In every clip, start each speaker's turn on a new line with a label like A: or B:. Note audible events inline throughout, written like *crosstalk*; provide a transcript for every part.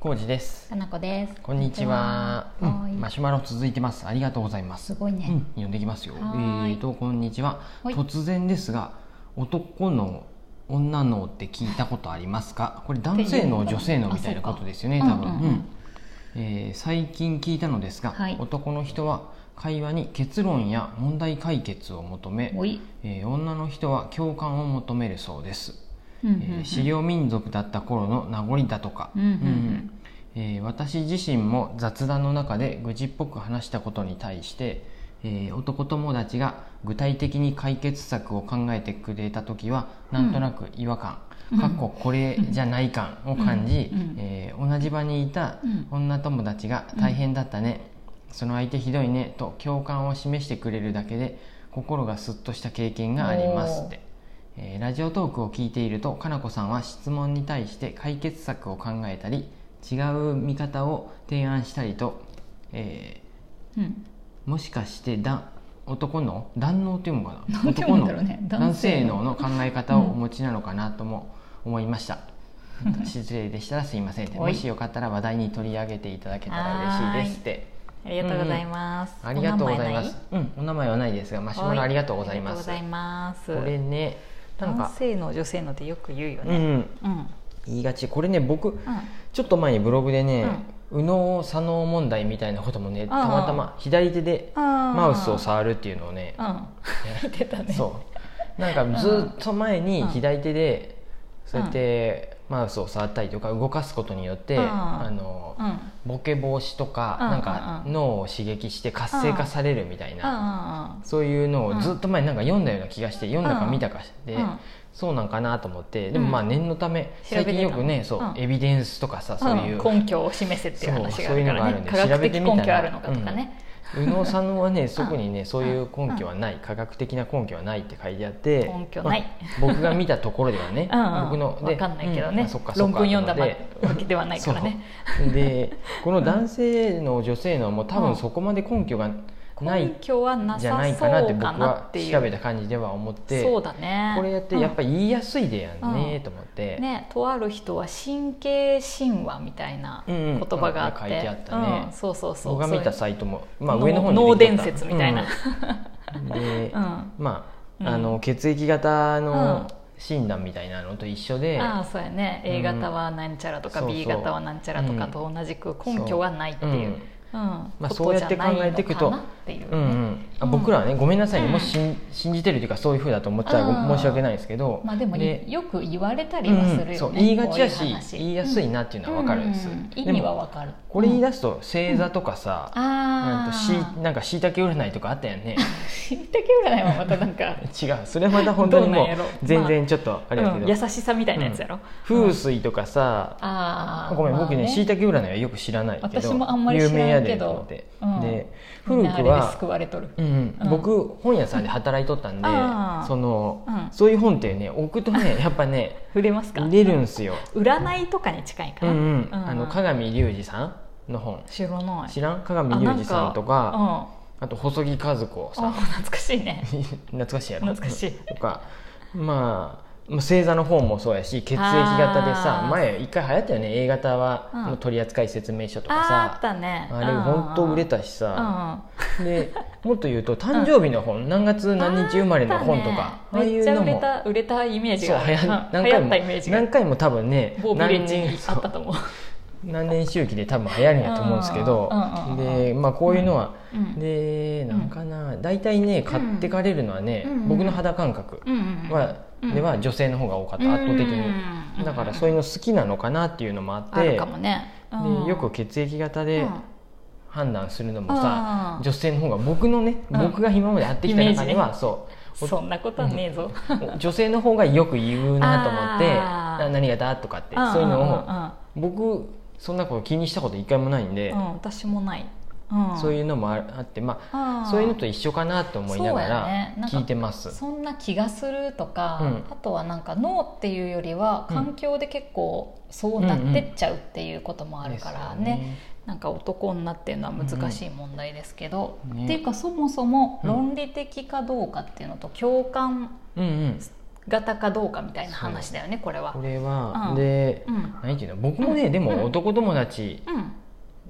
A: 浩二です
B: かなこです。
A: こんにちは、
B: こんにちは
A: うん
B: は
A: マ
B: い
A: シュマロ続いてますありがとうございます
B: すごいね
A: うん、読んできますよえ
B: はーい
A: ーとこんにちは
B: はい
A: 突然ですが男の女のって聞いたことありますかこれ男性の女性のみたいなことですよね
B: あそ
A: 多
B: うか
A: 分、
B: うんうんうん
A: えー最近聞いたのですが、
B: はい
A: 男の人は会話に結論や問題解決を求め、
B: おい。
A: えー女の人は共感を求めるそうです
B: うんう
A: えー
B: ん
A: 狩猟民族だった頃の名残だとか、
B: うんうん
A: えー私自身も雑談の中で愚痴っぽく話したことに対して、えー男友達が具体的に解決策を考えてくれた時はなんとなく違和感、
B: うん
A: かっここれじゃない感を感じ、
B: うんうん
A: えー同じ場にいた
B: うん
A: 女友達が大変だったね、その相手ひどいねと共感を示してくれるだけで心がスッとした経験がありますって。えーラジオトークを聞いているとかなこさんは質問に対して解決策を考えたり違う見方を提案したりと、え
B: うん。
A: ーもしかしてだ男の男能っていうのかな
B: なんて読むんだろうね
A: 男の男
B: 男
A: 性
B: 性
A: 能
B: 能
A: の考え方をお持ちなのかなとも思いま
B: *laughs*
A: した失礼でしたらすいません
B: お
A: も
B: い
A: しよかったら話題に取り上げていただけたら嬉しいですって
B: ありがとうございます。
A: ありがとうございま
B: お名前
A: す
B: な。
A: うんお名前はないですがマシュマ
B: おい
A: ロありがとうございま
B: あ
A: す
B: りがとうございます。
A: これねなん
B: 男
A: か
B: 性の女性のってよく言うよ
A: う
B: ね。
A: ん
B: うん。うん。
A: 言いがちこれね僕ちょっと前にブログでね、右脳左脳問題みたいなこともねたまたま左手でマ
B: マ
A: ウスを。触るっていうのをね
B: *laughs* うん。見てたね。
A: そうなんかずっと前に
B: うん
A: 左手でそうやってマウスを触ったりとか動かすことによって
B: うん
A: あの
B: うん。うん。
A: ボケ防止とか
B: うん
A: なんか脳を刺激して活性化されるみたいな
B: う
A: そういうのを
B: うん
A: ずっと前になんか読んだような気がして読んだか
B: うん
A: 見たかして
B: ん。
A: そうなんかなと思ってでもまあ
B: うん
A: 念のため
B: 調
A: 最
B: べてた
A: 近よくねそう
B: うん
A: エビデンスとかさそういう
B: うん根拠を示せっていう話が
A: そうそ
B: あるからね。科
A: ういうのがあるんで
B: 学
A: 調べて
B: 的
A: みたら
B: 根拠あるのかとかね。
A: 宇野さんはね特にねそういう根拠はない科学的な根拠はないって書いてあって
B: 根拠ない
A: まあ僕が見たところではね
B: *laughs* うんうん
A: 僕ので
B: わかんないけど
A: うん
B: ね
A: あそっか。そっ
B: 論
A: か
B: 文読んだ
A: なので
B: わけではないからね。
A: そうでこの男性の女性のも多分そこまで根拠がない
B: 根
A: ん
B: 拠はな
A: じゃな
B: さ
A: い
B: そ
A: かなって
B: う
A: 僕
B: かなっ
A: は
B: ていう
A: 調べた感じでは思って
B: そうだね
A: これやってやっぱ
B: り、
A: り言いやすいでやんね
B: うん
A: と思っ
B: う
A: て
B: んねとある人は神経神話みたいな
A: うんう
B: 言
A: ん
B: 葉があって,、
A: 書いてあったね
B: うんそうそうそう
A: 僕が見た
B: そう
A: サイトもまあ
B: 脳
A: 上の方に出てきた
B: 脳伝説みたいな
A: うんで
B: いううん
A: まあ,、
B: うん
A: あの血液型
B: うん
A: の診断みたいなのと一緒で、
B: ああそうやね A
A: うん
B: 型はなんちゃらとか、
A: そうそう
B: B 型はなんちゃらとかと同じく根拠はないって
A: う
B: い
A: ん
B: う、うん
A: まあ
B: ことじゃないのかなっていうね
A: うんうんあ
B: うん
A: 僕らはねごめんなさいね、
B: うん
A: もし信信じてるというかそういうふうだと思ったら
B: うん
A: ご申し訳ないですけど、
B: まあでもい
A: で
B: よく言われたり
A: うん
B: はする
A: そ
B: よ
A: う
B: ね、
A: 言いがちやし
B: こういう話
A: 言いやすいなっていうのは分かるんです、
B: うん
A: でも
B: 意味は分かる
A: これ言い
B: うん
A: 出すと星座とかさ、なん
B: あ
A: と
B: あ
A: しなんかしいたけ占いとかあったよね
B: しいたけ占いはまたなんか
A: 違うそれはまた本当にも
B: どうなんやろ
A: う全然ちょっと *laughs* あれやけど、
B: うん優しさみたいなやつやろ、
A: 風水とかさ、
B: ああ
A: ごめん、
B: まあ
A: 僕ねしいたけ占いはよく知らないけど
B: 私もあんまり知らんけど
A: 有名やでと思って、
B: うん
A: で
B: みん
A: 古
B: なあ
A: く
B: れで
A: は
B: 救われとる
A: うんうん
B: うん
A: 僕本屋さんで働いとったんで
B: あー
A: その、
B: うん
A: そういう本ってね置くと
B: *laughs*
A: ねやっぱね
B: 触れますか
A: 売れるんすよ、
B: 占いとかに近いか
A: うん
B: な、
A: うん
B: うん
A: あの加賀見隆二さんの本
B: 知らない
A: 知らん加賀見隆二さんとかあ
B: あ
A: と細木和子
B: なんかうん、あ
A: さん
B: 懐かしいね
A: *laughs* 懐かしいやろ
B: 懐かしい
A: とかまあまあ星座の方もそうやし血液型でさ
B: あー
A: 前一回流行ったよね A 型は
B: うん
A: の取扱説明書とか
B: あーあっ
A: さ、
B: たね
A: あれ本当売れ
B: た
A: たし
B: うん
A: さ、
B: あ
A: でもっと言うと誕生日の本、何月何日生まれの本とか
B: あったねめっちゃ売れた売れたイメージ
A: そう
B: が
A: はや
B: うん
A: 何
B: 流
A: 回
B: 行ったイメー
A: も
B: ジが
A: 何回も多分ね
B: 某ビレッジ
A: 何
B: に
A: 年そ
B: あった
A: う
B: と思う
A: 何年周期で多分流行るんやと思うんですけど
B: うんうんうんうん
A: でまあこういうのは、
B: うん
A: で
B: うん
A: なんかな大体ね買ってかれるのはね、
B: うん
A: 僕の肌感覚
B: うんうんうん
A: は、
B: うん
A: では女性の方が多かった圧倒的に
B: うん
A: だからそういうの好きなのかなっていうのもあって
B: あるかもね、うん
A: でよく血液型で判断するのもさ、
B: さ
A: 女性の方が僕のね、
B: うん
A: 僕が今までやってきた中では、そう
B: そんなことはねえぞ、
A: お女性の方がよく言うなと思って
B: あー
A: な何がだとかって
B: んんん
A: *laughs*
B: ん
A: そういうのを僕そんなこと気にしたこと一回もないんで、
B: うん、私もない、うん、
A: そう
B: う
A: いうのもああってまあ
B: ん
A: そういうのと一緒かなと思いなが
B: そうや
A: ら
B: ねなんか
A: 聞いてます。
B: そんな気がするとか、
A: うん
B: あとはなんか脳っていうよりは
A: うん
B: 環境で結構そうなってっちゃうっていうこともあるからね,、なんか男女っていうのは難しい問題ですけど、
A: うんうんね
B: っていうかそもそも
A: うん
B: 論理的かどうかっていうのと共感
A: ですよね。うんうん
B: 型かどうかみたいな話だよねこれは
A: こ。れは、
B: うん
A: で、
B: うん
A: 何ていうの僕もね、
B: うん
A: で
B: うん
A: も男友達、
B: うん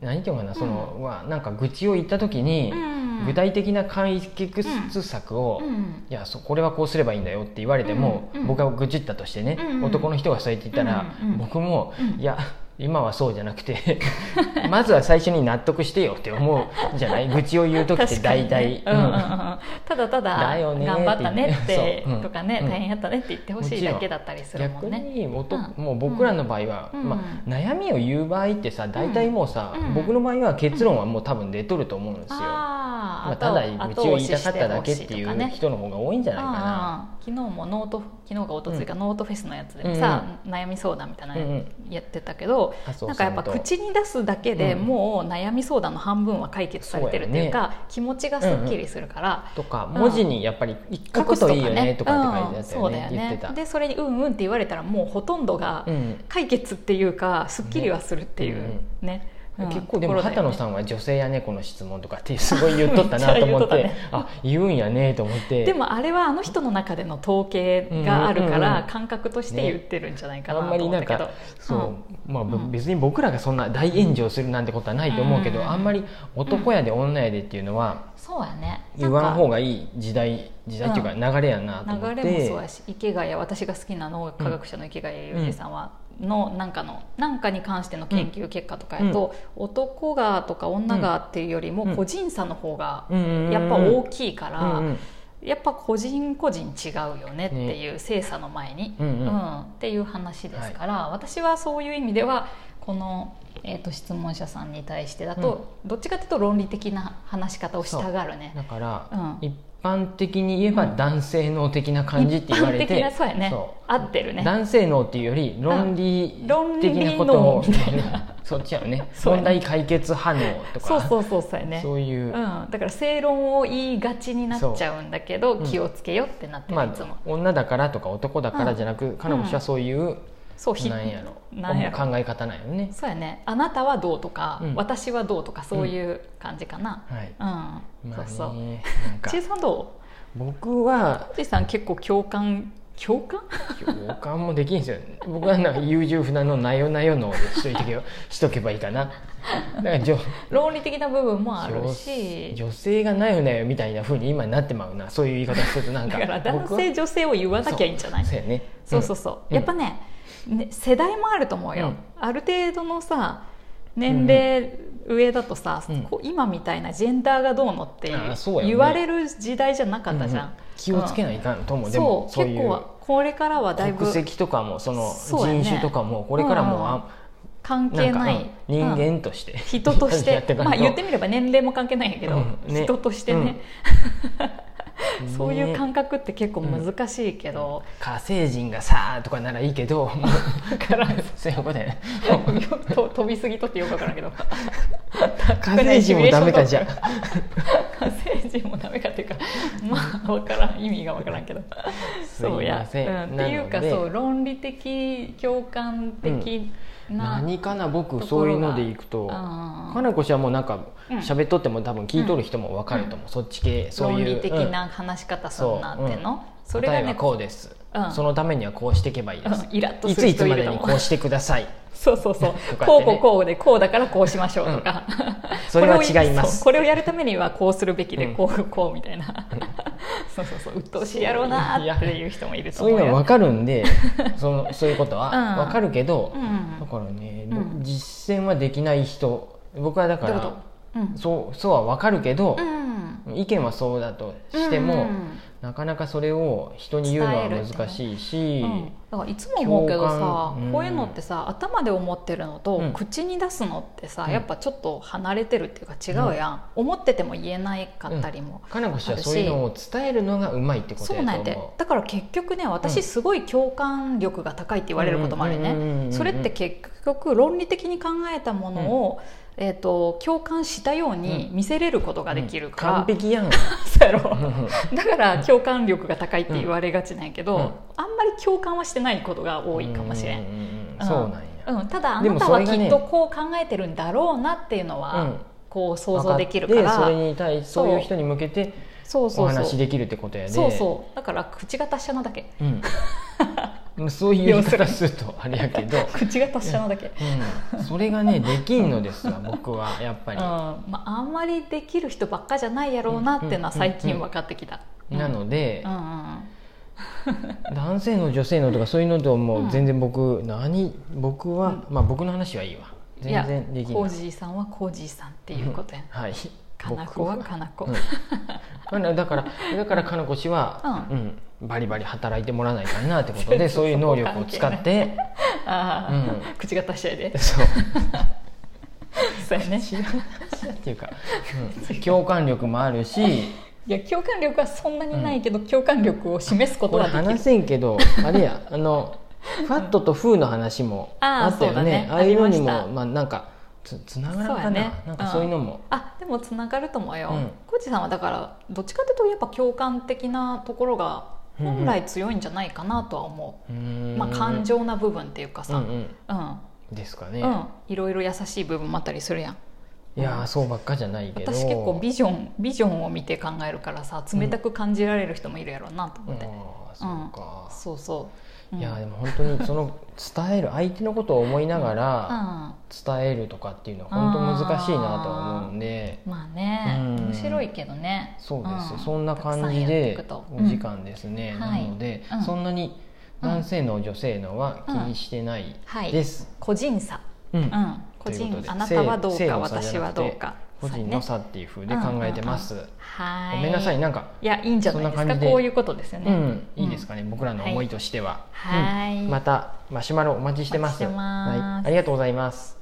A: 何ていうのかなその、
B: う
A: はなんか愚痴を言った時に、
B: うん
A: 具体的な解決策を、
B: うん
A: いやそこれはこうすればいいんだよって言われても、
B: うんうん
A: 僕が愚痴ったとしてね、
B: うんうん
A: 男の人がそうやって言ったら、
B: うんうん
A: 僕も、
B: うん
A: いや今はそうじゃなくて *laughs* まずは最初に納得してよって思うじゃない愚痴を言う時って
B: 確かに
A: 大
B: ね
A: 体、
B: うんうんうん
A: うん
B: ただただ
A: だよねーって
B: 頑張ったねって
A: そううん
B: とかね、
A: うん
B: 大変やったねって言ってほしいだけだったりするも
A: 逆
B: んね。
A: に男、
B: うん
A: もう僕らの場合は、
B: うん
A: まあ、悩みを言う場合ってさ大体もうさ、
B: うん
A: 僕の場合は結論はもう多分出とると思うんですよ。
B: あ
A: ま
B: ー
A: あ、ただ愚痴を言いたかっただけっていう
B: 後押ししてほしいとかね
A: 人の方が多いんじゃないかな。
B: あー昨日もノート昨日がおとついか、ノートフェスのやつでもさ、悩み相談みたいな
A: うん
B: のやってたけど、
A: あそう
B: なんかやっぱ
A: そうそう
B: 口に出すだけで
A: うん
B: もう悩み相談の半分は解決されてるっていうか、気持ちがすっきりするから、
A: とか
B: ん
A: 文字にやっぱり書くといいよねとかって書いてあったよね,、
B: うんそうだ
A: 言
B: よ
A: っ
B: ね
A: てた。
B: でそれに「うんうん」って言われたらもうほとんどが
A: うん
B: 解決っていうかすっきりはするっていうねうん
A: 結構でも
B: ところだ
A: 畑
B: よね
A: 野さんは女性や猫の質問とかってすごい言っとったなと思って
B: *laughs* めっちゃ言っ
A: あ言うんやねと思って
B: でもあれはあの人の中での統計があるか
A: うんうん
B: ら
A: うん
B: 感覚として言ってるんじゃないか
A: あ
B: なん
A: ま
B: と
A: り
B: 思
A: な
B: っ
A: ん
B: たけ
A: か
B: ど、
A: そうまあぶ
B: うん
A: 別に僕らがそんな大炎上するなんてことはないと思うけど、
B: うん
A: あんまり男やで女やでっていうのは
B: そうやね
A: 言わん方
B: が
A: がいい時代時代っていうか流れやなと思っ
B: 流
A: て、
B: れもそうやし池谷私が好きな脳科学者の池谷裕二さんは、のなんかのなんかに関しての研究結果とかやと、男がとか女がっていうより
A: う
B: も
A: ん
B: 個人差の方が
A: うんうんうん
B: やっぱ大きいから、
A: うんうん
B: やっぱ個人個人違うよねっていう精査の前に、
A: うんうん
B: っていう話ですから、私はそういう意味ではこの、えー、と質問者さんに対してだと、どっちかというと論理的な話し方をしたがるね。
A: だから、
B: うん
A: 一般的に言えば男性能的な感じって言われ
B: 一般的
A: て
B: なそうやね
A: そう
B: 合ってるね
A: 男性能っていうより論理
B: うん論理
A: 的なことを
B: 能みたいな
A: *laughs* そっちやよね
B: そうやね
A: 問題解決派能とか
B: そうそうそうそうやね
A: そういうう、
B: ん、だから正論を言いがちになっちゃうんだけど、
A: そううん
B: 気をつけよってなってる、
A: ま
B: いつも
A: あ女だからとか男だからじゃなく、彼女はそういう、
B: そうひ
A: なんやろ
B: なんやろ
A: 考え方なんよね
B: そうやねあなたはどうとか、
A: うん
B: 私はどうとかそういう感じかな
A: はい
B: うん、
A: まあ
B: そうそう
A: ねなんか
B: ちいさんどう
A: 僕は
B: ちいさん結構共感共感 *laughs*
A: 共感もできんすよ僕はなんか優柔不断のなよなよのしといて
B: *laughs*
A: けよしとけばいいかなだからじょ
B: 論理的な部分もある
A: 女
B: し
A: 女性がないよねみたいなふうに今なってまうなそういう言い方するとなん
B: だ
A: か
B: から
A: 僕
B: 男
A: は
B: 性女性を言わなきゃいいんじゃない
A: そうやね
B: そうそうそう、
A: うん
B: やっぱねね世代もあると思うよ、
A: うん
B: ある程度のさ年齢上だとさ、
A: うん
B: こう今みたいなジェンダーがどうのっていう
A: あーそうやね
B: 言われる時代じゃなか
A: う
B: った
A: ん
B: じゃん、
A: 気をつけないかんとも、
B: うん
A: でも
B: そ
A: そ
B: う
A: うい
B: 結構
A: う
B: はこれからはだいぶ
A: 国籍とかもその
B: そうやね
A: 人種とかもこれからもあ、
B: 関
A: な
B: 係
A: んか、
B: ない
A: うん人
B: うん
A: 間として、
B: 人とし
A: や
B: て
A: ってかんと
B: まあ言ってみれば年齢も関係ないんやけど、
A: うんね
B: 人としてね、 *laughs* そういう
A: ね
B: 感覚って結構難しいけど、
A: 火星人がさーとかならいいけ
B: *laughs*
A: どもうそういうことやね
B: と飛びすぎとってよくわからんけど
A: 火星人もダメかじゃあ
B: 火星人もダメかっていうかまあわからん意味がわからんけど
A: すいません
B: そうや、うん、っていう
A: なの
B: か
A: で
B: そう論理的共感的な、
A: 何かな僕
B: とこ
A: そうい
B: ろ
A: う
B: が
A: のでいくと
B: あー
A: かなこちゃんもなんか
B: うん
A: 喋っとっても多分聞いとる人も分かると思う、そっち系そういう
B: 論理的
A: うん
B: な話し方そんなっての、それ
A: 答
B: が
A: えは
B: ね
A: こうです、
B: うん
A: そのためにはこうしていけばいいです、
B: うんイラッと
A: い
B: す
A: つ
B: る
A: いつ
B: 人い
A: ま
B: る
A: で
B: と
A: に
B: 思う
A: こうしてください
B: そうそう
A: とか
B: そう
A: ってね
B: こうこうこうでこうだからこうしましょうとか、
A: それは違います
B: これをそうこれをやるためにはこうするべきで、
A: うん
B: こうこうみた
A: *laughs*
B: いなそうそうそう鬱陶しいやろうなーっていう人もいると
A: そう
B: 思
A: いう
B: うよ
A: のは分かるんでそのそういうことは
B: うん
A: 分かるけど、
B: うん
A: だからね、
B: うん
A: 実践はできない人僕はだか
B: どういう
A: ら
B: ことうん
A: そうそうは分かるけど、
B: うん
A: 意見はそうだとしても、
B: うん
A: なかなかそれを人に言うのは難しいし、
B: うん、だからいつも思うけどさ
A: 共、感うん
B: こういうのってさ頭で思ってるのと、
A: うん
B: 口に出すのってさ、
A: うん
B: やっぱちょっと離れてるっていうか違うやん、思ってても言えないかったりも、
A: かなこ氏はそういうのを伝えるのがうまいってこと
B: そう
A: や
B: なん
A: と
B: やて
A: 思う。
B: だから結局ね
A: う
B: 私
A: ん
B: すごい共感力が高いって言われることもあるよ
A: うんうんうんうんうんう
B: ね
A: ん
B: それって結局論理的に考えたものを、えー、と共感したように見せれることができるから、
A: 完璧やん
B: *laughs* そうや
A: *laughs*
B: ろ
A: うん
B: だから共感力が高いって言われがちなんやけど、
A: うん
B: あんまり共感はしてないことが多いかもしれん
A: う。ううんうんそうなんや、
B: うん、ただあ
A: で
B: な
A: も
B: た
A: そ
B: は
A: れ
B: き
A: がね
B: っとこう考えてるんだろうなっていうのは、
A: うん
B: こう想像できるか
A: 分ってそれ
B: ら
A: に対し
B: そう
A: そういう人に向けて
B: そう
A: お
B: そうそう
A: 話できるってことやで
B: そうそうだから口が達者なだけ *laughs*
A: うんそういう言い方するとあれやけど、
B: 口が達者なだけ、うん
A: うん、それがねできんのです
B: *laughs*
A: わ僕はやっぱり。
B: まあ、あんまりできる人ばっかじゃないやろうなってのは最近分かってきた、
A: なので
B: う、んうん
A: 男性の女性のとかそういうのとも
B: う
A: うん全然僕、何僕は、まあ僕の話はいいわ
B: うん、いや
A: 全然でき
B: コ
A: な
B: ー
A: い
B: ジーさんはコージーさんっていうことや、ん、
A: はい
B: かなこは
A: 僕
B: かなこ、
A: うんかなだからだからかなこ氏は、うんバリバリ働いてもらわないかなってことで
B: *laughs*
A: そういう能力を使って
B: *laughs* ああ、
A: うん
B: 口が達者やで
A: そう
B: そうやね
A: っていうか、
B: *laughs*
A: うん共感力もあるし
B: いや共感力はそんなにないけど、共感力を示すこと
A: これ
B: はでき
A: 話
B: る
A: せんけどあれ
B: *laughs*
A: やあのファットとフーの話も
B: あー
A: あったよ
B: そうだ
A: ね
B: ね
A: ああいうのにも
B: ありました
A: まあなんかつつながらなかった
B: そう
A: な,、
B: やね
A: なんかそういうのも、
B: あでもつながると思うよ、
A: うん
B: コージーさんはだからどっちかというとやっぱ共感的なところが本来強いんじゃないかなとは思
A: うー
B: う、
A: ん
B: まあ、感情な部分っていうか
A: うん
B: さ、うんうん
A: うん、ですかね、
B: いろいろ優しい部分もあったりするやん
A: いやーそうばっかじゃないけど
B: 私結構ビジョンビジョンを見て考えるからさ冷たく感じられる人もいるやろうなと思って、
A: あーそうか、
B: そうそう、うん、
A: いやーでも本当にその伝える相手のことを思いながら
B: あ
A: 伝えるとかっていうのは本当難しいなとは思うんで
B: まあね、
A: うん
B: 面白いけどね
A: そうです、
B: ん
A: そんな感じで
B: たくさんやっていくと
A: お時間ですね、
B: うん
A: なので、
B: はいうん
A: そんなに男性の女性のは気にしてない
B: はい
A: です、
B: 個人差、
A: うん
B: うん、個
A: というこ
B: 人
A: とで
B: あなたはどう
A: 性
B: か
A: の差じ
B: 私
A: ゃな
B: は
A: くて
B: どうか
A: 個人
B: そう
A: の
B: ね
A: 差っていうふうで考えてます、
B: はい
A: ごめんなさいなんか、
B: いやいいんじゃないで
A: そ
B: す
A: んな
B: か
A: 感じで
B: こういうことですよね、
A: うん、いいですかね、僕らの思いとしては、
B: はい
A: うんまたマシュマロお待ちしてます
B: お待ちしてます
A: はい、ありがとうございます